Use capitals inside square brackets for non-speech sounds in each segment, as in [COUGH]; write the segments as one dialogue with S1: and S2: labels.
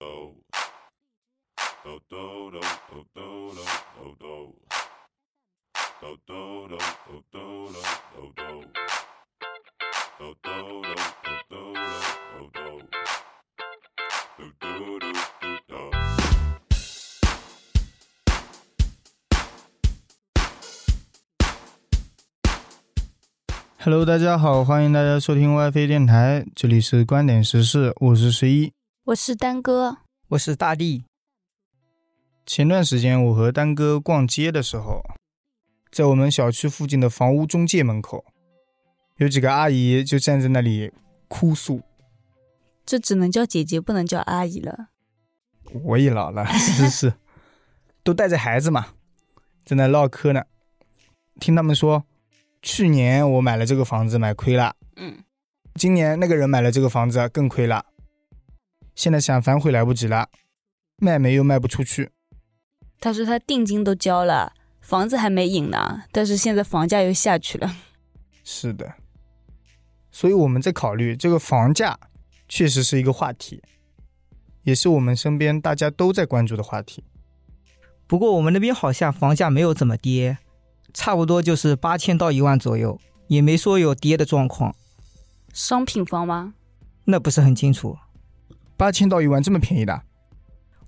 S1: do do do do do do do do do do do do do do do do do do do do do do do do do
S2: 哈喽，大家好，欢迎大家收听 WiFi 电台，这里是观点时事，我是十一。
S3: 我是丹哥，
S4: 我是大地，
S2: 前段时间我和丹哥逛街的时候，在我们小区附近的房屋中介门口，有几个阿姨就站在那里哭诉
S3: 这只能叫姐姐，不能叫阿姨了。：“
S2: 我也老了，是是是，都带着孩子嘛，在那唠嗑呢。”听他们说，去年我买了这个房子买亏了，
S3: 嗯，
S2: 今年那个人买了这个房子啊更亏了，现在想反悔来不及了，卖没又卖不出去。
S3: 他说他定金都交了，房子还没影呢，但是现在房价又下去了。
S2: 是的，所以我们在考虑这个房价，确实是一个话题，也是我们身边大家都在关注的话题。
S4: 不过我们那边好像房价没有怎么跌，差不多就是八千到一万左右，也没说有跌的状况，
S3: 商品房吗？
S4: 那不是很清楚。
S2: 八千到一万这么便宜的，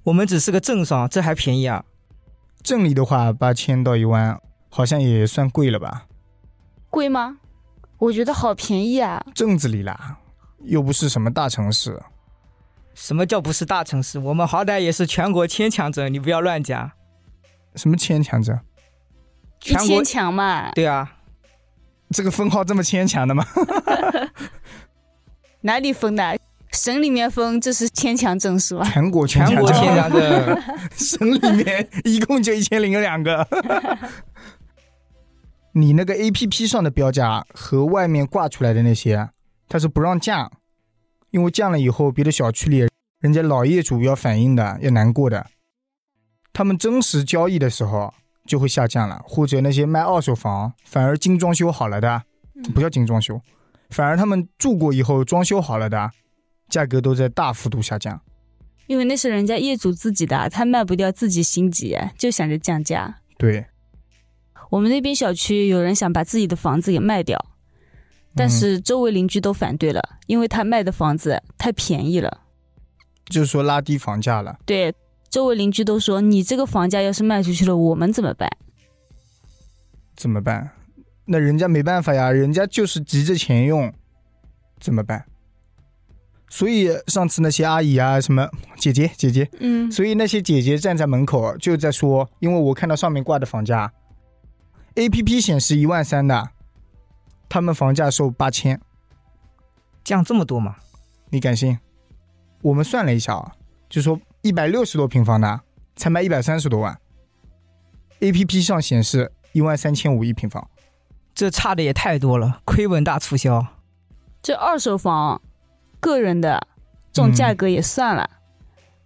S4: 我们只是个镇上，这还便宜啊？
S2: 镇里的话八千到一万好像也算贵了吧？
S3: 贵吗？我觉得好便宜啊！
S2: 镇子里啦，又不是什么大城市。
S4: 什么叫不是大城市？我们好歹也是全国牵强者，你不要乱讲。
S2: 什么牵强着？
S3: 一
S4: 全国
S3: 千强嘛，
S4: 对啊，
S2: 这个分号这么牵强
S4: [LAUGHS]
S2: 的吗？
S3: 哪里分的？省里面分，这是牵强证书啊。 [LAUGHS]
S2: 全国牵
S4: 全
S2: 强
S4: 国
S2: 着
S4: 牵强者。
S2: 省里面一共就一千零两个。 [LAUGHS] 你那个 A P P 上的标价和外面挂出来的那些，它是不让降，因为降了以后，别的小区里人家老业主要反映的，要难过的。他们真实交易的时候就会下降了，或者那些卖二手房反而精装修好了的，不叫精装修，反而他们住过以后装修好了的，价格都在大幅度下降。
S3: 因为那是人家业主自己的，他卖不掉自己心急，就想着降价。
S2: 对，
S3: 我们那边小区有人想把自己的房子给卖掉，但
S2: 嗯
S3: 是周围邻居都反对了，因为他卖的房子太便宜了。
S2: 就是说拉低房价了。
S3: 对，周围邻居都说你这个房价要是卖出去了，我们怎么办？
S2: 怎么办？那人家没办法呀，人家就是急着钱用，怎么办？所以上次那些阿姨啊，什么姐姐姐姐，
S3: 嗯
S2: 所以那些姐姐站在门口就在说，因为我看到上面挂的房价，A P P 显示一万三的，他们房价收八千，
S4: 降这么多嘛？
S2: 你敢信？我们算了一下啊，就说一百六十多平方的才卖一百三十多万，A P P 上显示一万三千五一平方，
S4: 这差的也太多了，亏本大促销。
S3: 这二手房，个人的这
S2: 嗯
S3: 种价格也算了，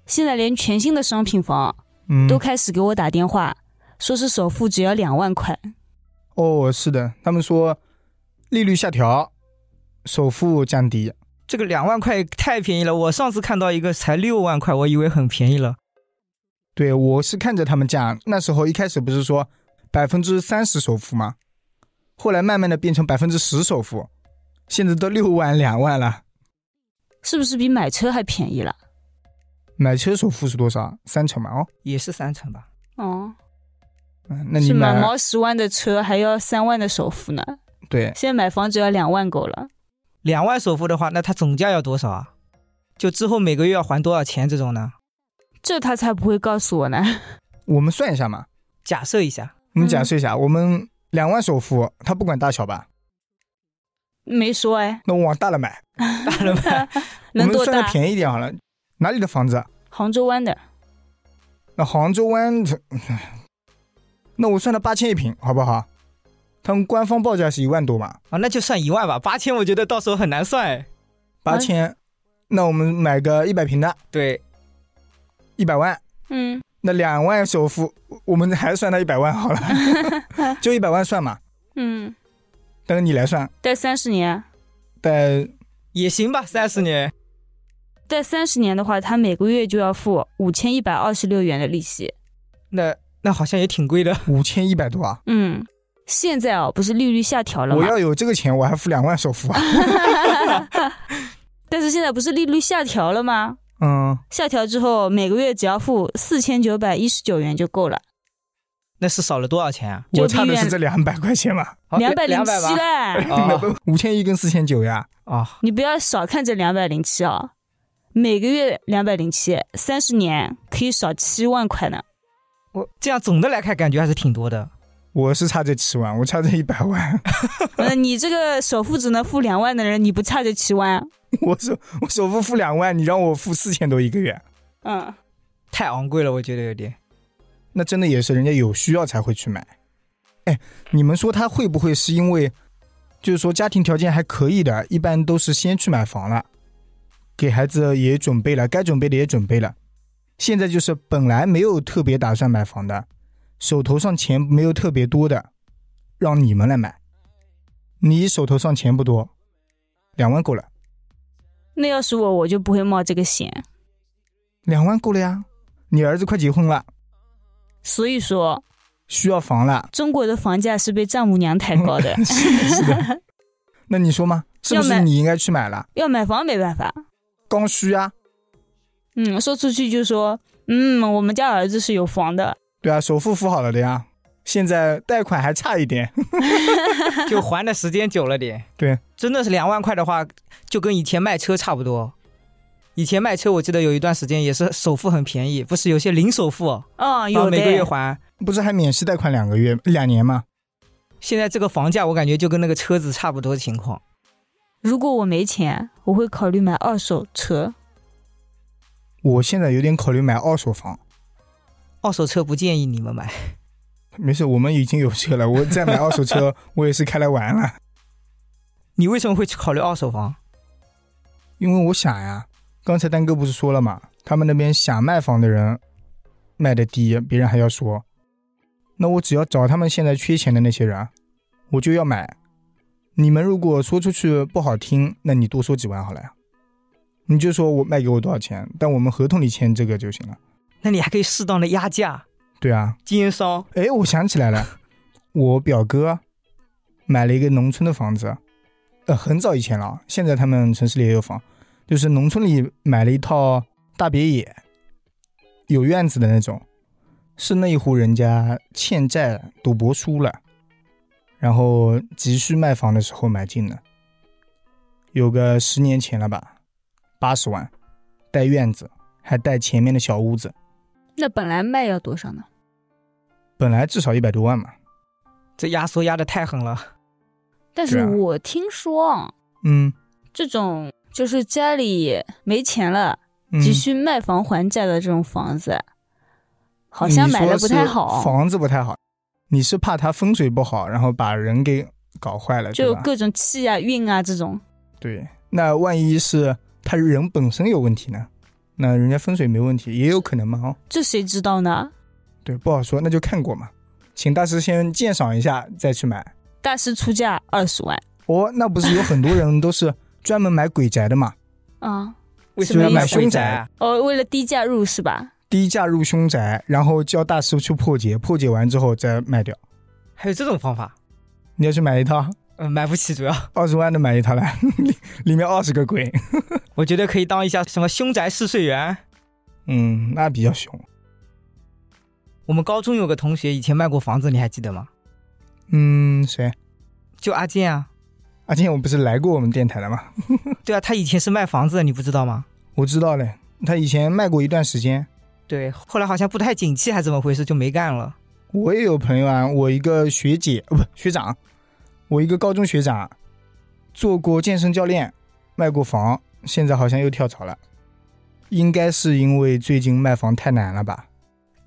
S3: 现在连全新的商品房
S2: 嗯，
S3: 都开始给我打电话，说是首付只要两万块，
S2: 哦，是的，他们说利率下调，首付降低。
S4: 这个两万块太便宜了，我上次看到一个才六万块，我以为很便宜了。
S2: 对我是看着他们降，那时候一开始不是说百分之三十首付吗？后来慢慢的变成百分之十首付，现在都六万两万了。
S3: 是不是比买车还便宜了？
S2: 买车首付是多少？三成嘛？哦，
S4: 也是三成吧。
S3: 哦，
S2: 嗯，那你
S3: 是买
S2: 买
S3: 毛十万的车还要三万的首付呢，
S2: 对
S3: 现在买房只要两万够了。
S4: 两万首付的话，那它总价要多少啊？就之后每个月要还多少钱这种呢？
S3: 这他才不会告诉我呢。 [LAUGHS]
S2: 我们算一下嘛？
S4: 假设一下，
S2: 我
S3: 嗯
S2: 们假设一下，我们两万首付，他不管大小吧？
S3: 没说哎，
S2: 那我往大了
S3: [LAUGHS]
S2: 买，
S4: 大了吧？
S2: 我
S3: 能
S2: 们
S3: 多
S2: 算的
S3: 大？
S2: 便宜一点好了。哪里的房子？啊
S3: 杭州湾的，
S2: 那杭州湾， [SIGHS] 那我算了八千一平，好不好？他们官方报价是一万多嘛，
S4: 啊，那就算一万吧，八千我觉得到时候很难算哎。
S2: 八千、那我们买个一百平的，
S4: 对，
S2: 一百万，
S3: 嗯，
S2: 那两万首付，我们还算到一百万好了， [LAUGHS] 就一百万算嘛。
S3: 嗯，
S2: 但是你来算，
S3: 贷三十年，
S2: 但
S4: 也行吧，三十年。
S3: 在三十年的话，他每个月就要付五千一百二十六元的利息。
S4: 那那好像也挺贵的。 [LAUGHS]
S2: 五千一百多啊！
S3: 嗯，现在哦，不是利率下调了
S2: 我
S3: 吗？
S2: 要有这个钱，我还付两万首付啊！
S3: [LAUGHS] 但是现在不是利率下调了吗？
S2: [LAUGHS] 嗯，
S3: 下调之后，每个月只要付四千九百一十九元就够了，
S4: 那是少了多少钱啊？
S3: 就
S2: 我
S3: 比
S2: 差的
S3: 原哦
S2: 是这两百块钱
S3: [LAUGHS]
S2: 嘛，
S4: 好
S3: 两百零
S4: 两百
S3: 七
S4: 吧。
S3: 嘞。
S2: [LAUGHS]
S4: 啊
S2: 五千一跟四千九呀。
S4: 啊，
S3: 你不要少看这两百零七啊，每个月两百零七，三十年可以少七万块呢。 [LAUGHS]
S4: 我这样总的来看感觉还是挺多的。
S2: 我是差这七万，我差这一百万， [LAUGHS]
S3: 呃，你这个首付只能付两万的人，你不差这七万啊？
S2: 我首我首付付两万，你让我付四千多一个月，
S3: 嗯，
S4: 太昂贵了，我觉得
S3: [LAUGHS]
S4: 有点。
S2: 那真的也是人家有需要才会去买。哎，你们说他会不会是因为，就是说家庭条件还可以的，一般都是先去买房了，给孩子也准备了，该准备的也准备了，现在就是本来没有特别打算买房的，手头上钱没有特别多的，让你们来买，你手头上钱不多，两万够了，
S3: 那要是我，我就不会冒这个险。
S2: 两万够了呀，你儿子快结婚了。
S3: 所以说，。
S2: 需要房了，
S3: 中国的房价是被丈母娘抬高的
S2: [LAUGHS] 是的，是的。那你说吗？是不
S3: 要
S2: 是
S3: 买
S2: 你应该去买了？
S3: 要买房没办法。
S2: 刚需啊，
S3: 嗯，说出去就说，嗯，我们家儿子是有房的，
S2: 对啊，首付付好了的呀。现在贷款还差一点， [LAUGHS]
S4: 就还的时间久了点。
S2: 对，
S4: 真的是两万块的话，就跟以前卖车差不多。以前卖车，我记得有一段时间也是首付很便宜，不是有些零首付，啊
S3: 哦，有的
S4: 每个月还。
S2: 不是还免息贷款两个月、两年吗？
S4: 现在这个房价，我感觉就跟那个车子差不多的情况。
S3: 如果我没钱，我会考虑买二手车。
S2: 我现在有点考虑买二手房。
S4: 二手车不建议你们买，
S2: 没事，我们已经有车了，我再买二手车，我也是开来玩了。
S4: 你为什么会去考虑二手房？
S2: 因为我想呀，刚才丹哥不是说了嘛，他们那边想卖房的人卖的低，别人还要说，那我只要找他们现在缺钱的那些人，啊我就要买。你们如果说出去不好听，那你多说几万好了呀，你就说我卖给我多少钱，但我们合同里签这个就行了。
S4: 那你还可以适当的压价、
S2: 对啊，
S4: 奸商。
S2: 哎，我想起来了，我表哥买了一个农村的房子，呃，很早以前了，现在他们城市里也有房，就是农村里买了一套大别野，有院子的那种，是那一户人家欠债赌博输了，然后急需卖房的时候买进的，有个十年前了吧，八十万，带院子，还带前面的小屋子，
S3: 那本来卖要多少呢？
S2: 本来至少一百多万嘛，
S4: 这压缩压的太狠了，
S3: 但
S2: 对
S3: 是
S2: 啊
S3: 我听说啊
S2: 嗯，
S3: 这种就是家里没钱了，
S2: 嗯
S3: 急需卖房还债的这种房子，好像
S2: 你
S3: 买
S2: 说
S3: 的不太
S2: 是
S3: 好，
S2: 房子不太好，你是怕它风水不好，然后把人给搞坏了，
S3: 就
S2: 对
S3: 有
S2: 吧？
S3: 各种气啊、运啊这种。
S2: 对，那万一是他人本身有问题呢？那人家风水没问题，也有可能嘛？哦，
S3: 这谁知道呢？
S2: 对，不好说，那就看过嘛。请大师先鉴赏一下再去买。
S3: 大师出价二十万
S2: 哦，那不是有很多人都是专门买鬼宅的嘛？
S3: 啊，
S4: 为
S3: 什
S4: 什么要
S3: 么意
S4: 买
S3: 思
S4: 凶宅啊？
S3: 哦，为了低价入是吧？
S2: 低价入凶宅，然后叫大师去破解，破解完之后再卖掉。
S4: 还有这种方法？
S2: 你要去买一套，
S4: 嗯，买不起，主要
S2: 二十万的买一套来， [LAUGHS] 里里面二十个鬼，
S4: 我觉得可以当一下什么凶宅试睡员。
S2: 嗯，那比较凶。
S4: 我们高中有个同学以前卖过房子，你还记得吗？
S2: 嗯，谁？
S4: 就阿健啊，
S2: 阿健，我不是来过我们电台的吗？
S4: 对啊，他以前是卖房子的，你不知道吗？
S2: 我知道嘞，他以前卖过一段时间。
S4: 对，后来好像不太景气，还怎么回事，就没干了。
S2: 我也有朋友啊，我一个学姐，哦不学长，我一个高中学长，做过健身教练，卖过房，现在好像又跳槽了，应该是因为最近卖房太难了吧？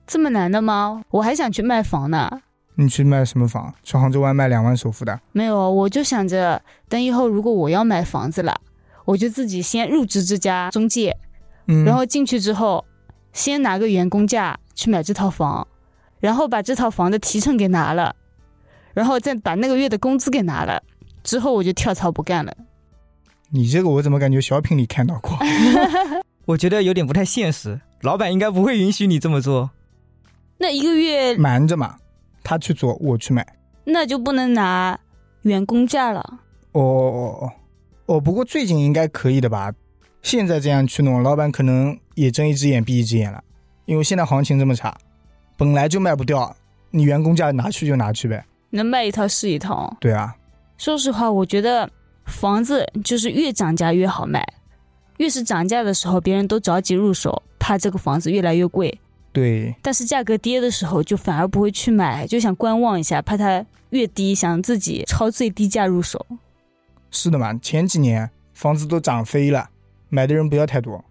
S3: 这么难的吗？我还想去卖房呢。
S2: 你去卖什么房？去杭州湾卖两万首付的？
S3: 没有，我就想着等以后如果我要买房子了，我就自己先入职这家中介，
S2: 嗯，
S3: 然后进去之后，先拿个员工价去买这套房，然后把这套房的提成给拿了，然后再把那个月的工资给拿了，
S4: 嗯
S3: 之后我就跳槽不干了。
S2: 你这个我怎么感觉小品里看到过？
S4: 我觉得有点不太现实，老板应该不会允许你这么做。
S3: 那一个月
S2: [LAUGHS] 瞒着嘛，他去做，我去买。
S3: 那就不能拿员工价了。
S2: 哦哦哦哦，哦，不过最近应该可以的吧？现在这样去弄，老板可能也睁一只眼闭一只眼了，因为现在行情这么差，本来就卖不掉，你员工价拿去就拿去呗。
S3: 能卖一套是一套。
S2: 对啊，
S3: 说实话，我觉得房子就是越涨价越好卖，越是涨价的时候，别人都着急入手，怕这个房子越来越贵。
S2: 对，
S3: 但是价格跌的时候，就反而不会去买，就想观望一下，怕它越低，想自己超最低价入手。
S2: 是的嘛，前几年房子都涨飞了，买的人不要太多。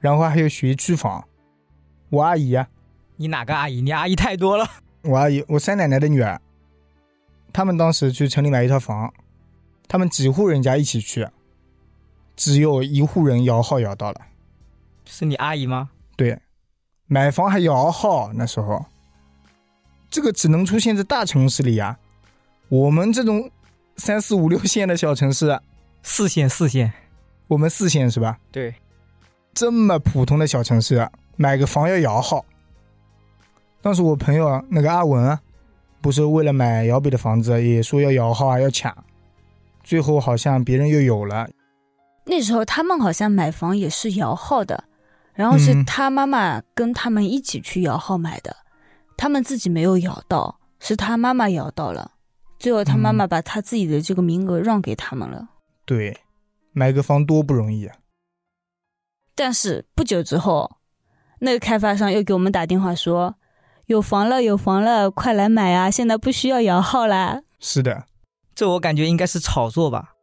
S2: 然后还有学区房，我阿姨啊，
S4: 你哪个阿姨？你阿姨太多了。 [LAUGHS]
S2: 我阿姨，我三奶奶的女儿，他们当时去城里买一套房，他们几户人家一起去，只有一户人摇号摇到了。
S4: 是你阿姨吗？
S2: 对，买房还摇号，那时候，这个只能出现在大城市里呀、我们这种三四五六线的小城市，
S4: 四线，四线。
S2: 我们四线是吧？
S4: 对，
S2: 这么普通的小城市，买个房要摇号。当时我朋友啊，那个阿文啊，不是为了买姚北的房子，也说要摇号啊，要抢。最后好像别人又有了，
S3: 那时候他们好像买房也是摇号的，然后是
S2: 嗯
S3: 他妈妈跟他们一起去摇号买的，他们自己没有摇到，是他妈妈摇到了，最后他妈妈把他自己的这个名额让给他们了。
S2: 对，买个房多不容易啊！
S3: 但是不久之后，那个开发商又给我们打电话说，有房了，有房了，快来买啊！现在不需要摇号啦。
S2: 是的，
S4: 这我感觉应该是炒作吧。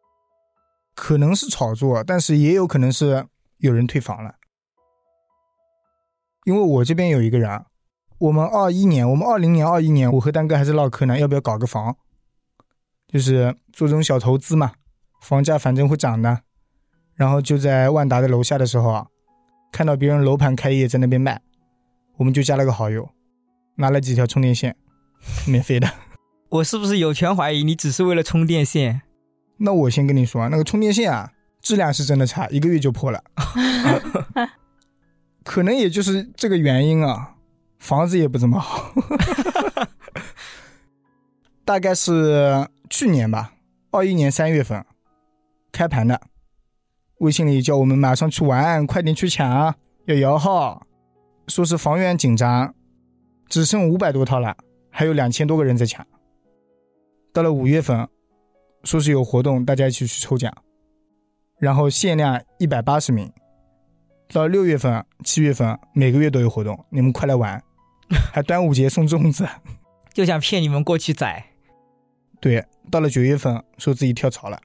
S2: 可能是炒作，但是也有可能是有人退房了。因为我这边有一个人啊，我们二一年，我们二零年、二一年，我和丹哥还是唠嗑呢，要不要搞个房？就是做这种小投资嘛，房价反正会涨的。然后就在万达的楼下的时候啊，看到别人楼盘开业在那边卖，我们就加了个好友，拿了几条充电线，免费的。
S4: 我是不是有权怀疑你只是为了充电线？
S2: 那我先跟你说啊，那个充电线啊，质量是真的差，一个月就破了。 [LAUGHS] 可能也就是这个原因啊，房子也不怎么好。 [LAUGHS] 大概是去年吧，二一年三月份开盘的，微信里叫我们马上去玩，快点去抢啊，要摇号，说是房源紧张，只剩五百多套了，还有两千多个人在抢。到了五月份，说是有活动，大家一起去抽奖，然后限量一百八十名。到六月份、七月份，每个月都有活动，你们快来玩！还端午节送粽子。
S4: 就想骗你们过去宰？
S2: 对，到了九月份，说自己跳槽了。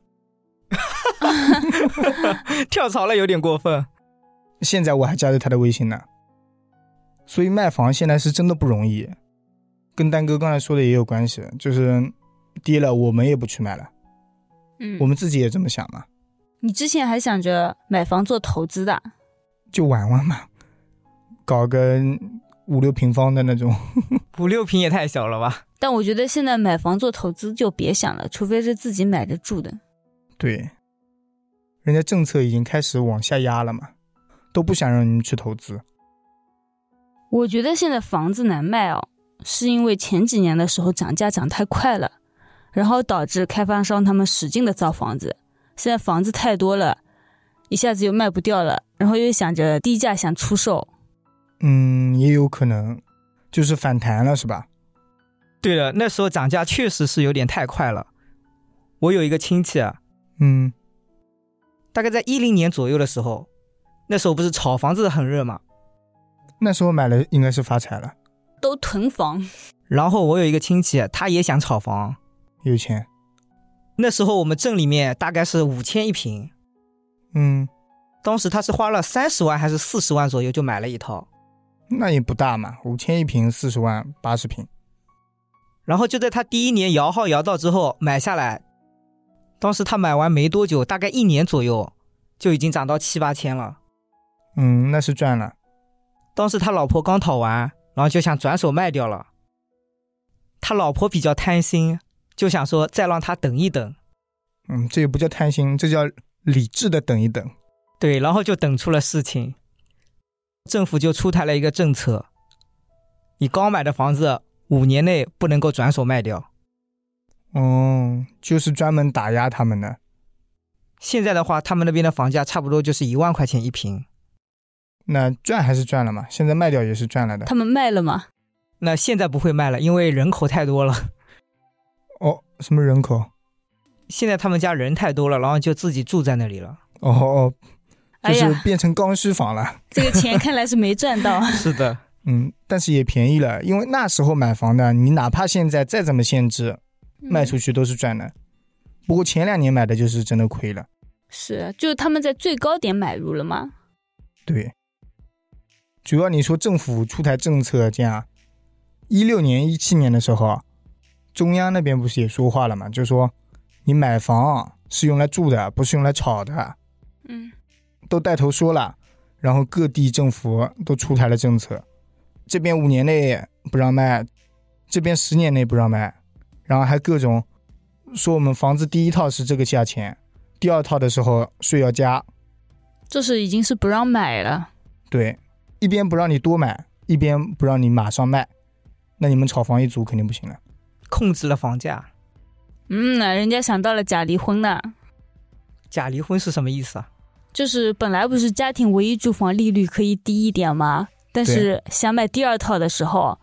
S4: [LAUGHS] 跳槽了有点过分。
S2: 现在我还加着他的微信呢。所以卖房现在是真的不容易，跟丹哥刚才说的也有关系，就是跌了我们也不去买了，
S3: 嗯
S2: 我们自己也这么想嘛，
S3: 你之前还想着买房做投资的，
S2: 就玩玩嘛，搞个五六平方的那种。
S4: 五六平也太小了吧？
S3: 但我觉得现在买房做投资就别想了，除非是自己买得住的。
S2: 对，人家政策已经开始往下压了嘛，都不想让你们去投资。
S3: 我觉得现在房子难卖哦，是因为前几年的时候涨价涨太快了，然后导致开发商他们使劲的造房子，现在房子太多了，一下子又卖不掉了，然后又想着低价想出售，
S2: 嗯，也有可能，就是反弹了，是吧？
S4: 对了，那时候涨价确实是有点太快了。我有一个亲戚啊，
S2: 嗯
S4: 大概在一零年左右的时候，那时候不是炒房子很热嘛。，
S2: 那时候买了应该是发财了，
S3: 都囤房。
S4: 然后我有一个亲戚，啊他也想炒房。
S2: 有钱。
S4: 那时候我们镇里面大概是五千一平，
S2: 嗯，
S4: 当时他是花了三十万还是四十万左右就买了一套，
S2: 那也不大嘛，五千一平，四十万，八十平。
S4: 然后就在他第一年摇号摇到之后买下来，当时他买完没多久，大概一年左右就已经涨到七八千了。
S2: 嗯，那是赚了。
S4: 当时他老婆刚讨完，然后就想转手卖掉了。他老婆比较贪心，就想说再让他等一等。
S2: 嗯，这也不叫贪心，这叫理智的等一等。
S4: 对，然后就等出了事情，政府就出台了一个政策，你刚买的房子五年内不能够转手卖掉。
S2: 哦，就是专门打压他们的。
S4: 现在的话，他们那边的房价差不多就是一万块钱一平。
S2: 那赚还是赚了嘛，现在卖掉也是赚了的。
S3: 他们卖了吗？
S4: 那现在不会卖了，因为人口太多了。 [LAUGHS]
S2: 哦，什么人口？
S4: 现在他们家人太多了，然后就自己住在那里了。
S2: 哦哦，就
S3: 哎
S2: 是
S3: 呀，
S2: 变成刚需房了。
S3: 这个钱看来是没赚到。
S4: 是的，
S2: 嗯，但是也便宜了，因为那时候买房的，你哪怕现在再怎么限制， [LAUGHS] 卖出
S3: 嗯、
S2: 去都是赚的。不过前两年买的就是真的亏了。
S3: 是，就是他们在最高点买入了嘛。
S2: 对，主要你说政府出台政策这样，一六年、一七年的时候，啊中央那边不是也说话了嘛，就说你买房是用来住的，不是用来炒的，
S3: 嗯，
S2: 都带头说了。然后各地政府都出台了政策，这边五年内不让卖，这边十年内不让卖，然后还各种说我们房子第一套是这个价钱，第二套的时候税要加，
S3: 这是已经是不让买了。
S2: 对，一边不让你多买，一边不让你马上卖，那你们炒房一族肯定不行了。
S4: 控制了房价。
S3: 嗯，那人家想到了假离婚呢，
S4: 假离婚是什么意思啊？
S3: 就是本来不是家庭唯一住房利率可以低一点吗？但是想买第二套的时候，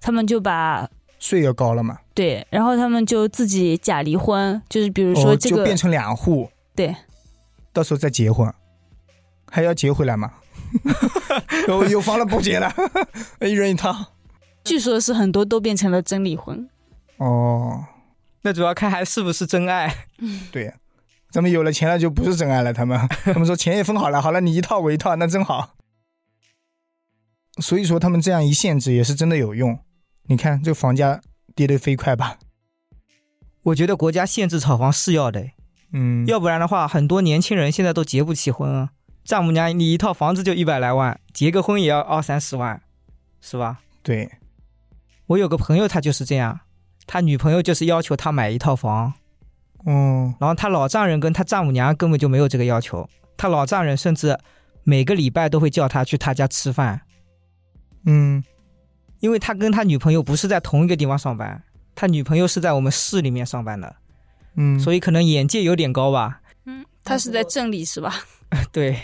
S3: 他们就把
S2: 税要高了嘛，
S3: 对，然后他们就自己假离婚，就是比如说
S2: 哦、
S3: 这
S2: 就
S3: 个、
S2: 变成两户，
S3: 对，
S2: 到时候再结婚，还要结回来
S3: [LAUGHS]
S2: 吗？有有房了不结了， [LAUGHS] 一人一套。
S3: 据说是很多都变成了真离婚。
S2: 哦，
S4: 那主要看还是不是真爱。
S2: 对，咱们有了钱了就不是真爱了。他们
S3: [LAUGHS]
S2: 他们说钱也分好了，好了你一套我一套，那真好。所以说他们这样一限制也是真的有用。你看这房价跌得飞快吧？
S4: 我觉得国家限制炒房是要的，
S2: 嗯，
S4: 要不然的话，很多年轻人现在都结不起婚啊。丈母娘，你一套房子就一百来万，结个婚也要二三十万，是吧？
S2: 对，
S4: 我有个朋友，他就是这样，他女朋友就是要求他买一套房，
S2: 哦，
S4: 然后他老丈人跟他丈母娘根本就没有这个要求，他老丈人甚至每个礼拜都会叫他去他家吃饭，
S2: 嗯，
S4: 因为他跟他女朋友不是在同一个地方上班，他女朋友是在我们市里面上班的，
S2: 嗯，
S4: 所以可能眼界有点高吧。 [LAUGHS]
S3: 嗯，他是在镇里是吧？
S4: 对，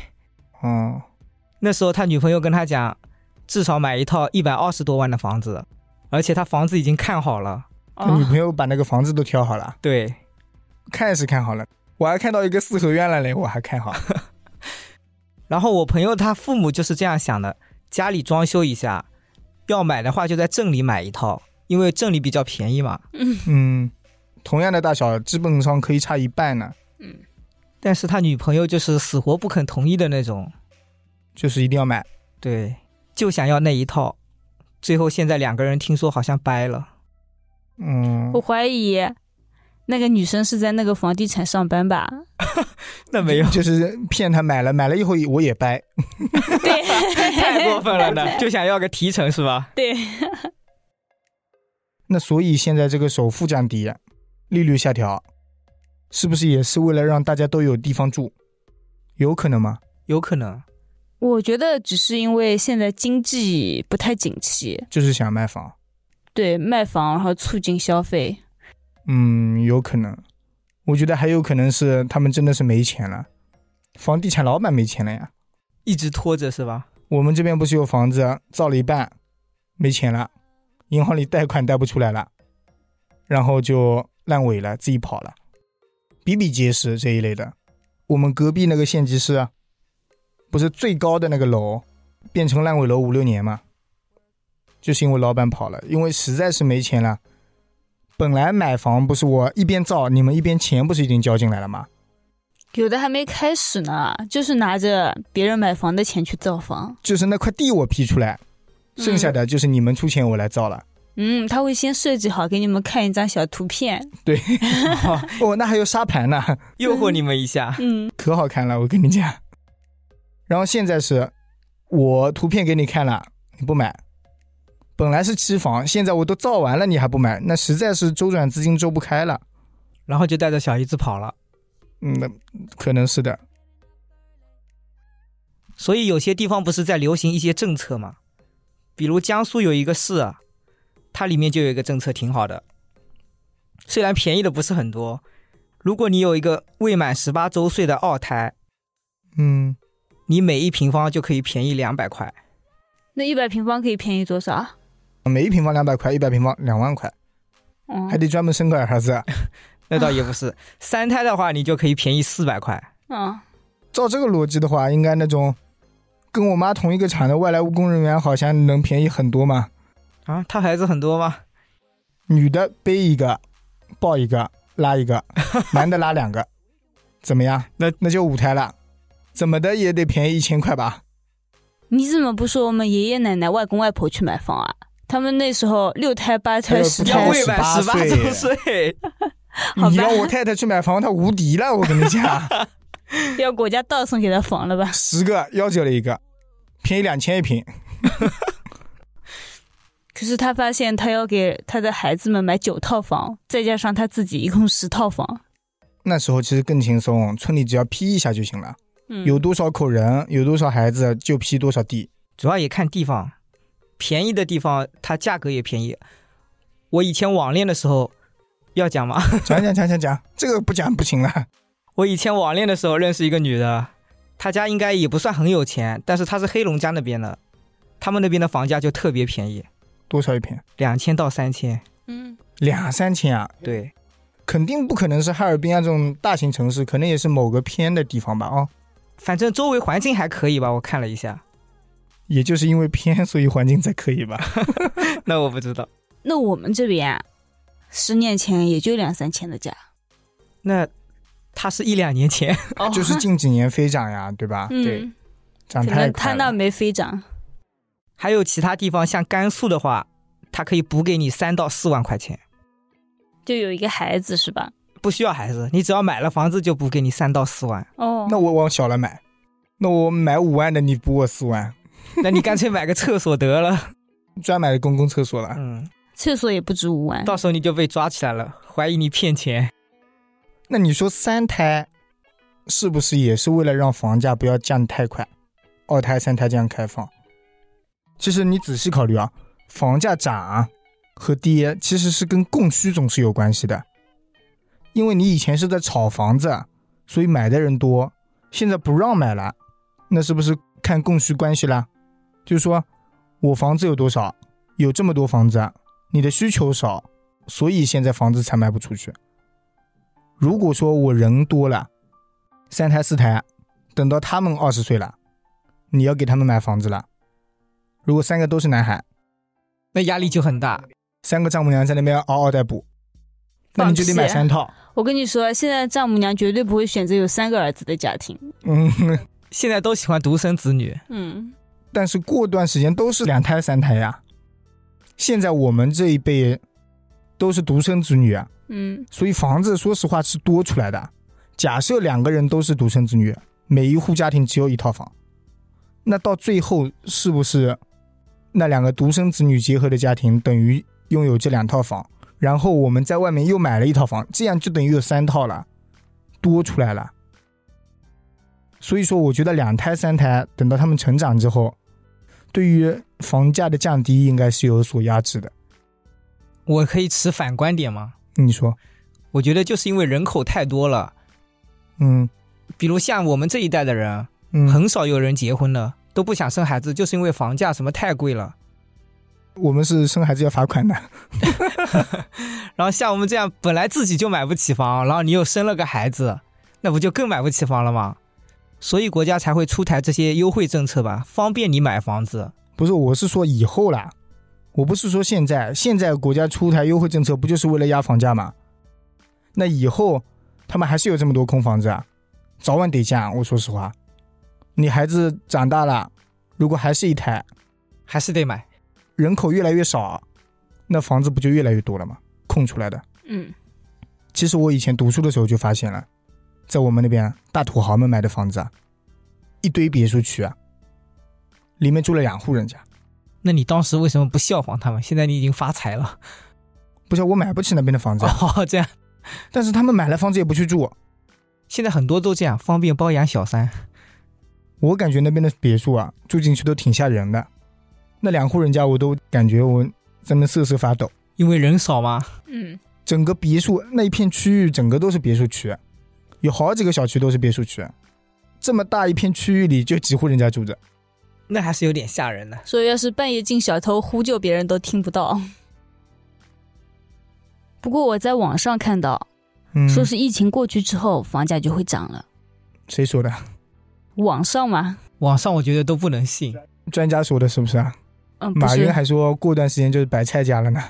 S2: 哦，
S4: 那时候他女朋友跟他讲，至少买一套一百二十多万的房子，而且他房子已经看好了。
S2: 他女
S3: 哦，
S2: 朋友把那个房子都挑好了，
S4: 对，
S2: 看是看好了，我还看到一个四合院了嘞，我还看好。 [LAUGHS]
S4: 然后我朋友他父母就是这样想的，家里装修一下，要买的话就在镇里买一套，因为镇里比较便宜嘛。
S2: 嗯，同样的大小，基本上可以差一半呢，
S3: 嗯，
S4: 但是他女朋友就是死活不肯同意的那种，
S2: 就是一定要买。
S4: 对，就想要那一套。最后现在两个人听说好像掰了，
S2: 嗯
S3: 我，怀疑那个女生是在那个房地产上班吧？
S4: 那 [LAUGHS] [LAUGHS] 没有
S2: 就是骗他买了，买了以后我也掰。
S3: [LAUGHS] 对，
S4: 太过分了 [LAUGHS] 呢，就想要个提成是吧？
S3: 对，
S2: 那所以现在这个首付降低，利率下调，是不是也是为了让大家都有地方住？有可能吗？
S4: 有可能，
S3: 我觉得只是因为现在经济不太景气，
S2: 就是想卖房。
S3: 对卖房然后促进消费，
S2: 嗯，有可能。我觉得还有可能是他们真的是没钱了，房地产老板没钱了呀。
S4: 一直拖着是 [LAUGHS] 吧？
S2: 我们这边不是有房子造了一半，没钱了，银行里贷款贷不出来了，然后就烂尾了，自己跑了，比比皆是这一类的。我们隔壁那个县级市啊，不是最高的那个楼变成烂尾楼五六年嘛，就是因为老板跑了，因为实在是没钱了。本来买房不是我一边造，你们一边钱不是已经交进来了吗？
S3: 有的还没开始呢，就是拿着别人买房的钱去造房。
S2: 就是那块地我批出来，剩下的就是你们出钱我来造了。
S3: 嗯，他会先设计好给你们看一张小图片。
S2: 哦，那还有沙盘呢，
S4: 诱惑你们一下，
S3: [LAUGHS] 嗯，
S2: 可好看了，我跟你讲。然后现在是，我图片给你看了，你不买。本来是期房，现在我都造完了，你还不买，那实在是周转资金周不开了。
S4: 然后就带着小姨子跑了。
S2: 嗯，那可能是的。
S4: 所以有些地方不是在流行一些政策嘛，比如江苏有一个市啊，它里面就有一个政策挺好的，虽然便宜的不是很多，如果你有一个未满十八周岁的二胎，
S2: 嗯，
S4: 你每一平方就可以便宜两百块。
S3: 那一百平方可以便宜多少啊？
S2: 每一平方两百块，一百平方两万块，
S3: 哦
S2: 还，得专门生个儿子。
S4: 那倒也不是，三胎的话你就可以便宜四百块。
S3: 嗯，
S2: 照这个逻辑的话，应该那种跟我妈同一个厂的外来务工人员好像能便宜很多嘛。
S4: 啊，他孩子很多吗？
S2: 女的背一个，抱一个，拉一
S3: [LAUGHS]
S2: 个，男的拉两个，怎么样？
S4: 那
S2: 那就五胎了，怎么的也得便宜一千块吧？
S3: 你怎么不说我们爷爷奶奶、外公外婆去买房啊？他们那时候六胎、八
S2: 哎
S3: 胎、
S2: 呦
S3: 十
S2: 不
S4: 要
S3: 胎
S2: 太，
S4: 未满十八周
S2: 18
S4: 岁，
S3: 好吧
S2: 你让我太太去买房，她无敌了，我跟你
S3: [LAUGHS]
S2: 讲，
S3: 要国家倒送给他房了吧？
S2: 十个夭折了一个，便宜两千一平。
S3: 可是他发现他要给他的孩子们买九套房，再加上他自己一共十套房。
S2: 那时候其实更轻松，村里只要批一下就行了，
S3: 嗯，
S2: 有多少口人，有多少孩子就批多少地。
S4: [LAUGHS] 主要也看地方，便宜的地方它价格也便宜。我以前网恋的时候，要讲吗？ [LAUGHS]
S2: 讲讲讲讲讲，这个不讲不行了。
S4: 我以前网恋的时候认识一个女的，她家应该也不算很有钱，但是她是黑龙江那边的，他们那边的房价就特别便宜，
S2: 多少一平？
S4: 两千到三千。
S3: 嗯，
S2: 两三千啊，
S4: 对，
S2: 肯定不可能是哈尔滨啊这种大型城市，可能也是某个偏的地方吧？哦，
S4: 反正周围环境还可以吧，我看了一下。 [LAUGHS]
S2: 也就是因为偏，所以环境才可以吧？
S4: 那我不知道，
S3: 那我们这边啊，十年前也就两三千的价，
S4: 那她是一两年前， [LAUGHS]
S3: 哦
S2: 就是近几年飞涨呀，对吧？
S4: 对
S3: [LAUGHS] 嗯，
S2: 涨
S3: 可
S2: 太
S3: 能他
S2: 快
S3: 那
S2: 了。
S3: 没飞涨。
S4: 还有其他地方像甘肃的话，它可以补给你三到四万块钱。
S3: 就有一个孩子是吧？
S4: 不需要孩子，你只要买了房子就补给你三到四万， [LAUGHS]
S3: 哦，
S2: 那我往小了买，那我买五万的，你补我四万，
S4: 那你干脆买个厕所得了。
S2: 专买公共厕所了。
S4: 嗯，
S3: 厕所也不止五万。
S4: 到时候你就被抓起来了，怀疑你骗钱。
S2: 那你说三胎是不是也是为了让房价不要降太快？二胎、三胎这样开放？其实你仔细考虑啊，房价涨和跌其实是跟供需总是有关系的，因为你以前是在炒房子，所以买的人多，现在不让买了，那是不是看供需关系啦？就是说我房子有多少，有这么多房子，啊你的需求少，所以现在房子才卖不出去。如果说我人多了，三胎四胎，等到他们二十岁了，你要给他们买房子了。如果三个都是男孩，
S4: 那压力就很大。
S2: 三个丈母娘在那边嗷嗷待哺，那你就得买三套。
S3: 我跟你说，现在丈母娘绝对不会选择有三个儿子的家庭。
S2: 嗯，
S4: 现在都喜欢独生子女，
S3: 嗯，
S2: 但是过段时间都是两胎三胎呀。现在我们这一辈都是独生子女啊，
S3: 嗯，
S2: 所以房子说实话是多出来的。假设两个人都是独生子女，每一户家庭只有一套房，那到最后是不是那两个独生子女结合的家庭等于拥有这两套房？然后我们在外面又买了一套房，这样就等于有三套了，多出来了。所以说，我觉得两胎、三胎等到他们成长之后，对于房价的降低应该是有所压制的。
S4: 我可以持反观点吗？
S2: 你说，
S4: 我觉得就是因为人口太多了，
S2: 嗯
S4: 比如像我们这一代的人，
S2: 嗯，
S4: 很少有人结婚了，都不想生孩子，就是因为房价什么太贵了。
S2: 我们是生孩子要罚款的。
S4: 然后像我们这样本来自己就买不起房，然后你又生了个孩子，那不就更买不起房了吗？所以国家才会出台这些优惠政策吧，方便你买房子。
S2: 不是，我是说以后啦，我不是说现在。现在国家出台优惠政策，不就是为了压房价吗？那以后他们还是有这么多空房子啊，早晚得降。我说实话，你孩子长大了，如果还是一胎，
S4: 还是得买。
S2: 人口越来越少，那房子不就越来越多了吗？空出来的。
S3: 嗯，
S2: 其实我以前读书的时候就发现了，在我们那边大土豪们买的房子啊，一堆别墅区啊，里面住了两户人家。
S4: 那你当时为什么不效仿他们？现在你已经发财了，
S2: 不是我买不起那边的房子啊，
S4: 哦，这样
S2: 但是他们买了房子也不去住，
S4: 现在很多都这样，方便包养小三。
S2: 我感觉那边的别墅啊，住进去都挺吓人的。那两户人家我都感觉我在那瑟瑟发抖。
S4: 因为人少嘛，
S3: 嗯，
S2: 整个别墅那一片区域，整个都是别墅区，有好几个小区都是别墅区。这么大一片区域里，就几户人家住着。
S4: 那还是有点吓人的。
S3: 所以要是半夜进小偷呼救，别人都听不到。不过我在网上看到，
S2: 嗯，
S3: 说是疫情过去之后，房价就会涨了。
S2: 谁说的？
S3: 网上嘛，
S4: 网上我觉得都不能信，
S2: 专家说的，是不是啊？
S3: 嗯，不
S2: 马云
S3: 是，
S2: 还说过段时间就是白菜价了呢。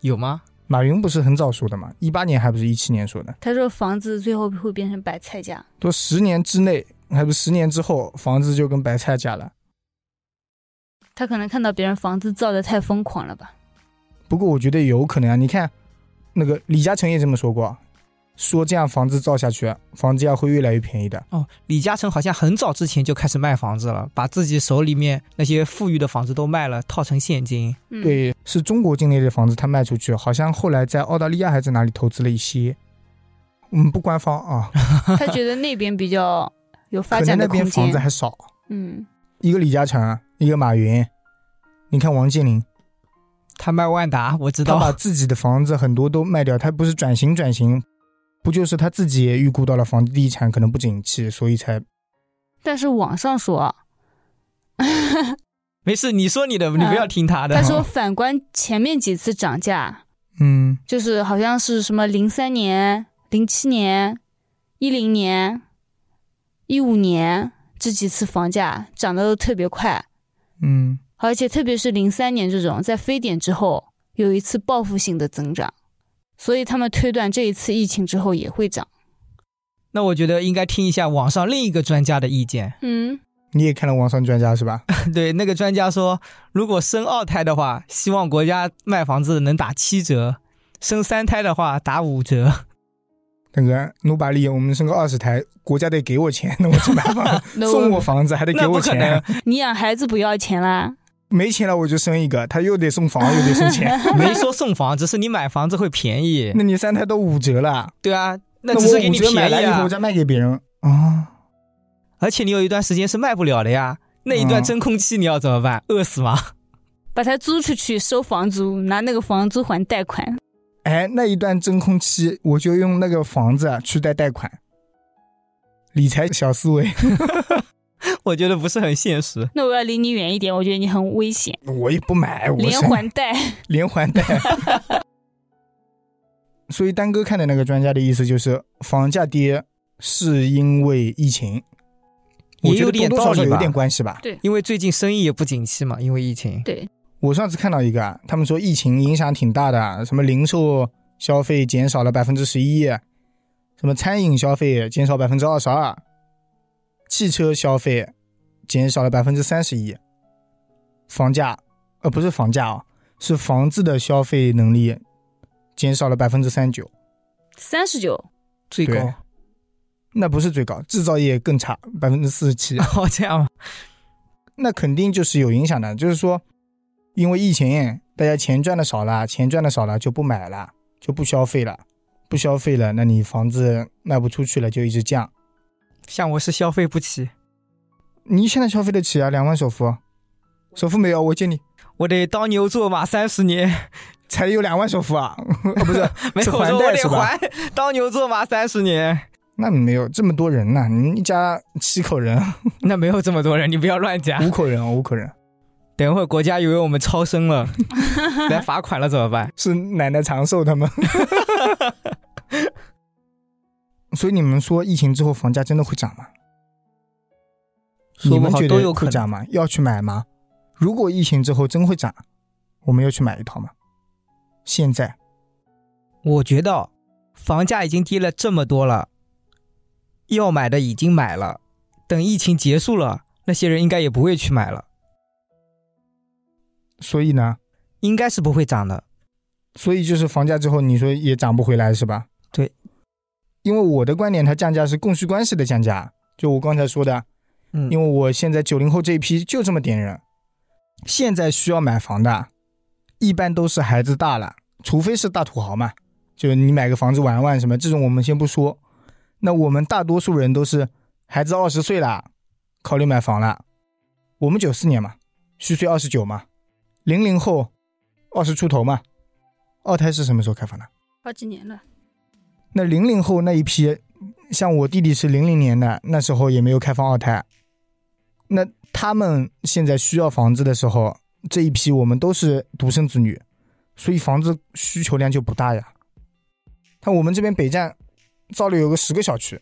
S4: 有吗？
S2: 马云不是很早说的嘛，一八年还不是一七年说的，
S3: 他说房子最后会变成白菜价。
S2: 说十年之内，还不是十年之后，房子就跟白菜价了。
S3: 他可能看到别人房子造的太疯狂了吧？
S2: 不过我觉得有可能啊，你看，那个李嘉诚也这么说过，啊说这样房子造下去，房价会越来越便宜的。
S4: 哦，李嘉诚好像很早之前就开始卖房子了，把自己手里面那些富裕的房子都卖了，套成现金。
S3: 嗯，，
S2: 对，是中国境内的房子他卖出去，好像后来在澳大利亚还在哪里投资了一些，嗯，不官方啊，
S3: 他觉得那边比较有 [LAUGHS] 发
S2: 可能
S3: 展
S2: 那
S3: 的
S2: 边
S3: 空
S2: 房子
S3: 间。
S2: 还少。
S3: 嗯，
S2: 一个李嘉诚，一个马云，你看王健林，
S4: 他卖万达，我知
S2: 他把
S4: 道。
S2: 自己的房子很多都卖掉，他不是转型转型，不就是他自己也预估到了房地产可能不景气，所以才
S3: 但是网上说啊，
S4: 没事，你说你的，你不
S2: 嗯
S4: 要听他的。
S3: 他说反观前面几次涨价，
S2: 嗯
S3: 就是好像是什么零三年、零七年、一零年、一五年这几次房价涨得都特别快，
S2: 嗯，
S3: 而且特别是零三年这种在非典之后有一次报复性的增长，所以他们推断这一次疫情之后也会涨。
S4: [LAUGHS] 那我觉得应该听一下网上另一个专家的意见。 [LAUGHS]
S3: 嗯，
S2: 你也看了网上专家是吧？
S4: 对，那个专家说，如果生二胎的话，希望国家卖房子能打七折；生三胎的话打
S2: [LAUGHS]
S4: 五折。
S2: 那个努把力，我们生个二十台，国家得给我钱， [LAUGHS] 那我怎么
S4: [LAUGHS]
S2: 办？
S3: 那我
S2: 送我房子还得给
S4: 那不
S2: 我
S4: 可
S2: 钱
S4: 能，，
S3: 你养孩子不要钱啦？
S2: 没钱了我就生一个，他又得送房又得送钱，
S4: [LAUGHS] 没说送房，只是你买房子会便宜。
S2: [LAUGHS] 那你三胎都五折了，
S4: 对啊，那只
S2: 我
S4: 是给
S2: 五
S4: 你
S2: 折买
S4: 便
S2: 来
S4: 宜
S2: 以后
S4: 啊
S2: 我，再卖给别人啊。
S4: 而且你有一段时间是卖不了的呀。那一
S2: 嗯
S4: 段真空期你要怎么办？ [LAUGHS] 饿死吗？
S3: 把它租出去收房租，拿那个房租还贷款。
S2: 哎，那一段真空期，我就用那个房子去贷贷款，理财小思维。 [LAUGHS]
S4: 我觉得不是很现实。
S3: 那我要离你远一点，我觉得你很危险。
S2: 我也不买，我
S3: 连
S2: 是
S3: 还贷，
S2: 连环贷。 [LAUGHS] 所以丹哥看的那个专家的意思就是，房价跌是因为疫情，我
S4: 也
S2: 觉
S4: 有
S2: 得
S4: 点
S2: 多多
S4: 道
S2: 少
S4: 理
S2: 少有
S4: 吧
S2: 点关系吧。
S4: 因为最近生意也不景气嘛，因为疫情。
S3: 对，
S2: 我上次看到一个啊，他们说疫情影响挺大的，啊什么零售消费减少了百分之十一，什么餐饮消费减少百分之二十二，汽车消费减少了百分之三十一，房价呃不是房价啊，是房子的消费能力减少了百分之三九，
S3: 三十九，
S4: 最高 [LAUGHS]
S2: 对那不是最高，制造业更差百分之四十七，
S4: 哦，这样啊
S2: 那肯定就是有影响的，就是说，因为疫情，大家钱赚的少了，钱赚的少了就不买了，就不消费了，不消费了，那你房子卖不出去了，就一直降。
S4: 像我是消费不起，
S2: 你现在消费得起啊，两万首付，首付没有，我借你，
S4: 我得当牛做马三十
S2: [LAUGHS]
S4: 年。
S2: 才有两万首付啊， [LAUGHS] 哦不是，
S4: 没
S2: 是
S4: 有，我
S2: 还
S4: 说
S2: 贷
S4: 我
S2: 是
S4: 得
S2: 吧
S4: 还，当牛做马三十年。
S2: 那没有这么多人呐、你们一家七口人，
S4: 那没有这么多人，你不要乱讲
S2: 五。口人哦，五口人，
S4: 等一会儿国家以为我们超生
S2: [LAUGHS]
S4: 了，来罚款了怎么办？
S2: 是奶奶长寿他们。 [LAUGHS] 所以你们说疫情之后房价真的会涨吗？
S4: 说
S2: 你
S4: 不
S2: 们
S4: 好
S2: 觉
S4: 都有
S2: 得
S4: 可
S2: 会
S4: 能。
S2: 涨吗？要去买吗？如果疫情之后真会涨，我们要去买一套吗？现在
S4: 我觉得房价已经跌了这么多了，要买的已经买了，等疫情结束了，那些人应该也不会去买了，
S2: 所以呢，
S4: 应该是不会涨的。
S2: 所以就是房价之后，你说也涨不回来是吧？
S4: 对，
S2: 因为我的观点，它降价是供需关系的降价，啊就我刚才说的，啊
S4: 嗯，
S2: 因
S4: 为
S2: 为我现在九零后这一批就这么点人，现在需要买房的，一般都是孩子大了，除非是大土豪嘛，就你买个房子玩玩什么这种，我们先不说。那我们大多数人都是孩子二十岁了，考虑买房了。我们九四年嘛，虚岁二十九嘛，零零后二十出头嘛。二胎是什么时候开放的？
S3: 好几年了，
S2: 那零零后那一批，像我弟弟是零零年的，那时候也没有开放二胎。那他们现在需要房子的时候，这一批我们都是独生子女，所以房子需求量就不大呀。但我们这边北站造了有个十个小区，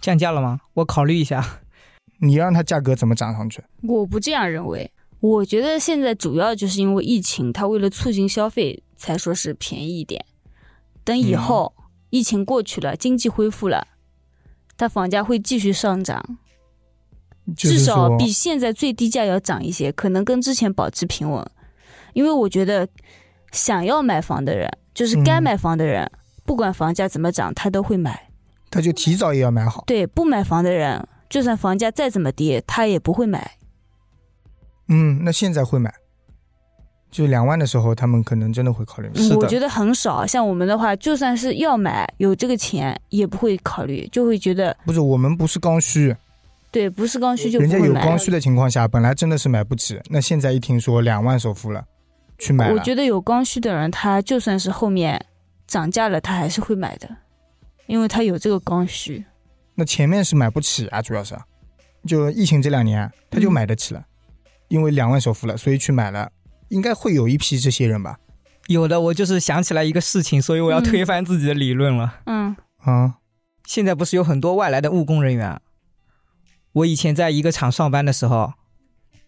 S4: 降价了吗？我考虑一下。 [LAUGHS]
S2: 你让它价格怎么涨上去？
S3: 我不这样认为。我觉得现在主要就是因为疫情，它为了促进消费，才说是便宜一点。
S2: 嗯
S3: 等以后、疫情过去了，经济恢复了，它房价会继续上涨，
S2: 就是
S3: 至少
S2: 说
S3: 比现在最低价要涨一些，可能跟之前保持平稳。因为我觉得，想要买房的人，就是该
S2: 嗯
S3: 买房的人，不管房价怎么涨，他都会买。
S2: 他就提早也要买好。
S3: 对，不买房的人，就算房价再怎么跌，他也不会买。
S2: 嗯，那现在会买，就两万的时候，他们可能真的会考虑买。
S4: 是的
S3: 我觉得很少，像我们的话，就算是要买，有这个钱也不会考虑，就会觉得
S2: 不是，我们不是刚需，
S3: 对，不是刚需就不
S2: 人家
S3: 会
S2: 有
S3: 买。
S2: 刚需的情况下，本来真的是买不起，那现在一听说两万首付了，去买
S3: 我
S2: 了。
S3: 觉得有刚需的人，他就算是后面涨价了，他还是会买的，因为他有这个刚需。
S2: 那前面是买不起啊，主要是，就疫情这两年他
S3: 嗯
S2: 就买得起了，因为两万首付了，所以去买了。应该会有一批这些人吧？
S4: 有的，我就是想起来一个事情，所以我要
S3: 嗯
S4: 推翻自己的理论了。
S3: 嗯
S2: 啊、
S4: 现在不是有很多外来的务工人员？啊我以前在一个厂上班的时候，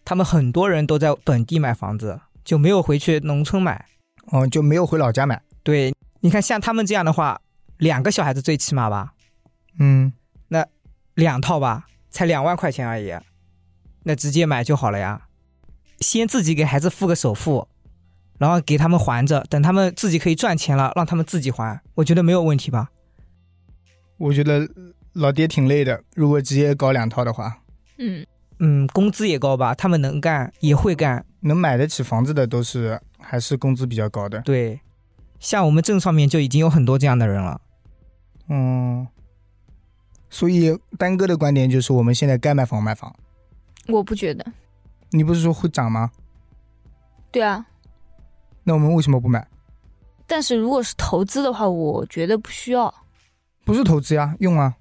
S4: 他们很多人都在本地买房子，就没有回去农村买。
S2: 哦、就没有回老家买。
S4: 对，你看像他们这样的话，两个小孩子最起码吧，
S2: 嗯，
S4: 两套吧，才两万块钱而已，那直接买就好了呀。先自己给孩子付个首付，然后给他们还着，等他们自己可以赚钱了，让他们自己还，我觉得没有问题吧。
S2: 我觉得老爹挺累的，如果直接搞两套的话，
S3: 嗯，
S4: 嗯，工资也高吧，他们能干也会干，
S2: 能买得起房子的都是还是工资比较高的。
S4: 对，像我们镇上面就已经有很多这样的人了。
S2: 嗯，所以丹哥的观点就是，我们现在该买房买房。
S3: 我不觉得。
S2: 你不是说会涨吗？
S3: 对啊，
S2: 那我们为什么不买？
S3: 但是如果是投资的话，我觉得不需要，
S2: 不是投资呀，用啊。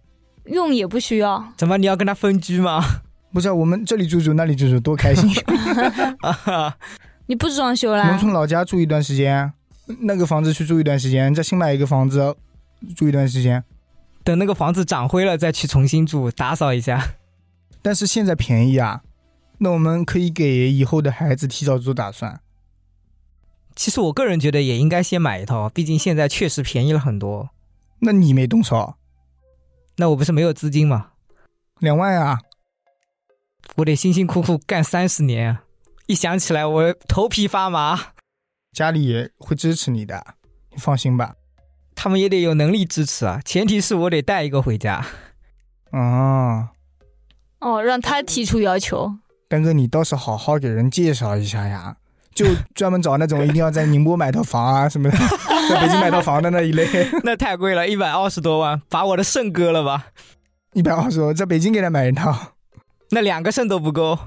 S3: 用也不需要。
S4: 怎么你要跟他分居吗？ [LAUGHS]
S2: 不是啊、我们这里住住，那里住住，多开心！
S3: 你不装修啦
S2: 农？村老家住一段时间，啊那个房子去住一段时间，再新买一个房子住一段时间。
S4: 等那个房子涨灰了再去重新住，打扫一下。
S2: 但是现在便宜啊，那我们可以给以后的孩子提早做打算。
S4: 其实我个人觉得也应该先买一套，毕竟现在确实便宜了很多。
S2: 那你没动手，
S4: 那我不是没有资金吗？
S2: 两万啊，
S4: 我得辛辛苦苦干三十年，一想起来我头皮发麻。
S2: 家里也会支持你的，你放心吧。
S4: 他们也得有能力支持啊，前提是我得带一个回家。 [LAUGHS]
S2: 啊，
S3: 哦，让他提出要求。
S2: 丹哥，你倒是好好给人介绍一下呀，就专门找那种一定要在宁波买套房啊什么的， [LAUGHS] 在北京买套房的那一类。 [LAUGHS]
S4: 那太贵了，一百二十多万，把我的肾割了吧？
S2: 一百二十多，在北京给他买一套，
S4: 那两个肾都不够。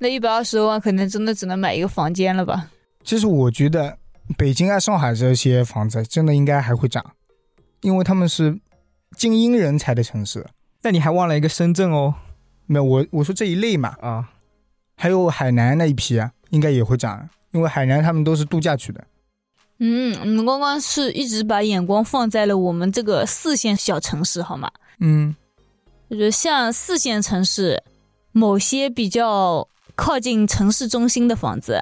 S3: 那一百二十万可能真的只能买一个房间了吧？
S2: 其实我觉得北京啊、上海这些房子真的应该还会涨，因为他们是精英人才的城市。
S4: 那你还忘了一个深圳哦
S2: 没有我我说这一类嘛，
S4: 啊。
S2: 还有海南那一批啊，应该也会涨，因为海南他们都是度假去的。
S3: 嗯，你们刚刚是一直把眼光放在了我们这个四线小城市，好吗？
S2: 嗯，
S3: 就是像四线城市，某些比较靠近城市中心的房子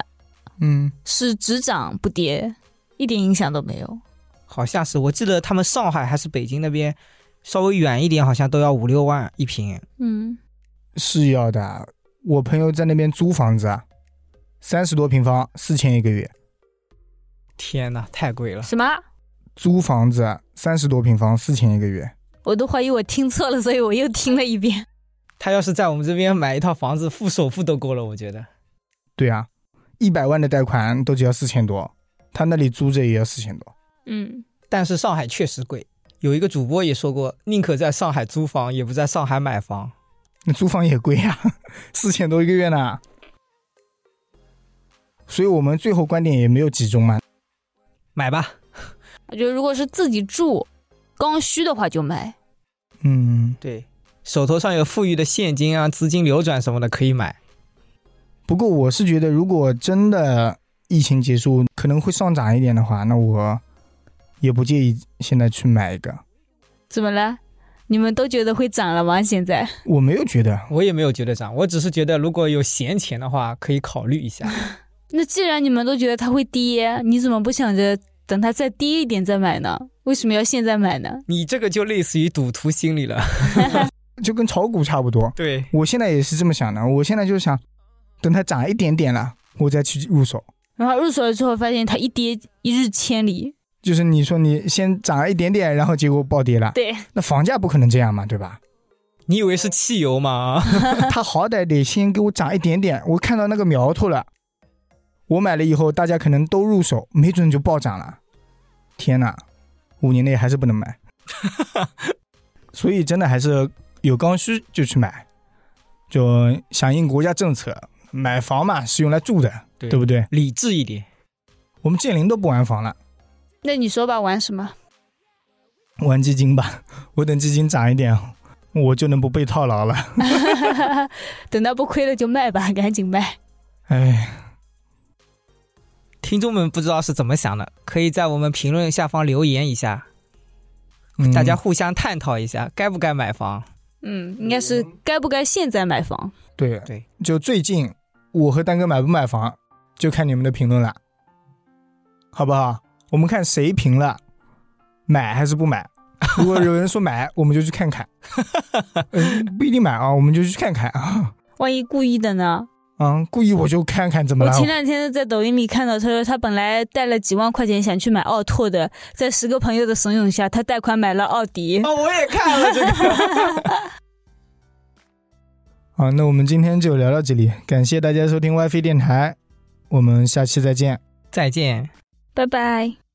S2: 嗯，
S3: 是只涨不跌，一点影响都没有。
S4: 好像是，我记得他们上海还是北京那边稍微远一点，好像都要五六万一平。
S3: 嗯，
S2: 是要的。我朋友在那边租房子啊，三十多平方，四千一个月。
S4: 天呐，太贵了！
S3: 什么？
S2: 租房子三十多平方，四千一个月。
S3: 我都怀疑我听错了，所以我又听了一遍。
S4: 他要是在我们这边买一套房子，付首付都够了，我觉得。
S2: 对啊，一百万的贷款都只要四千多，他那里租着也要四千多。
S3: [LAUGHS] 嗯，
S4: 但是上海确实贵，有一个主播也说过，宁可在上海租房，也不在上海买房。
S2: 那租房也贵呀、四千多一个月呢。所以我们最后观点也没有集中嘛，
S4: 买吧。
S3: 我觉得如果是自己住，刚需的话就买。
S2: 嗯，
S4: 对，手头上有富裕的现金啊、资金流转什么的可以买。
S2: 不过我是觉得，如果真的疫情结束可能会上涨一点的话，那我也不介意现在去买一个。
S3: 怎么了？你们都觉得会涨了吗？现在
S2: 我没有觉得，
S4: 我也没有觉得涨，我只是觉得如果有闲钱的话，可以考虑一下。 [LAUGHS]
S3: 那既然你们都觉得它会跌，你怎么不想着等它再低一点再买呢？为什么要现在买呢？
S4: 你这个就类似于赌徒心理了。
S2: 就跟炒股差不多。
S4: 对，
S2: 我现在也是这么想的，我现在就想等它涨一点点了，我再去入手。
S3: 然后入手了之后发现它一跌一日千里，
S2: 就是你说你先涨了一点点，然后结果暴跌了，
S3: 对，
S2: 那房价不可能这样嘛，对吧？
S4: 你以为是汽油 [LAUGHS] 吗？
S2: 它好歹得先给我涨一点点，我看到那个苗头了，我买了以后大家可能都入手，没准就暴涨了。天哪，五年内还是不能买，所以真的还是有刚需就去买，就响应国家政策，买房嘛是用来住的，
S4: 对
S2: 对不对？
S4: 理智一点。
S2: 我们建林都不玩房了，
S3: 那你说吧，玩什么？ [LAUGHS]
S2: 玩基金吧， [LAUGHS] 我等基金涨一点，我就能不被套牢了。
S3: 等到不亏了就卖吧，赶紧卖。
S2: 哎，
S4: 听众们不知道是怎么想的，可以在我们评论下方留言一下，
S2: 嗯
S4: 大家互相探讨一下，该不该买房？
S3: 嗯，应该是该不该现在买房？
S2: 对
S4: 对，
S2: 就最近我和丹哥买不买房，就看你们的评论了，好不好？我们看谁评了，买还是不
S4: [LAUGHS]
S2: 买。如果有人说买，我们就去看看。嗯，不一定买啊，我们就去看看啊。
S3: 万一故意的呢？
S2: 嗯，故意我就看看怎么
S3: 我
S2: 了。
S3: 前两天在抖音里看到，他说他本来带了几万块钱想去买奥拓的，在十个朋友的怂恿下，他贷款买了奥迪。
S4: 哦，我也看了这个。
S2: 好，啊那我们今天就聊到这里，感谢大家收听 WiFi 电台，我们下期再见。
S4: [LAUGHS] 再见。
S3: 拜拜。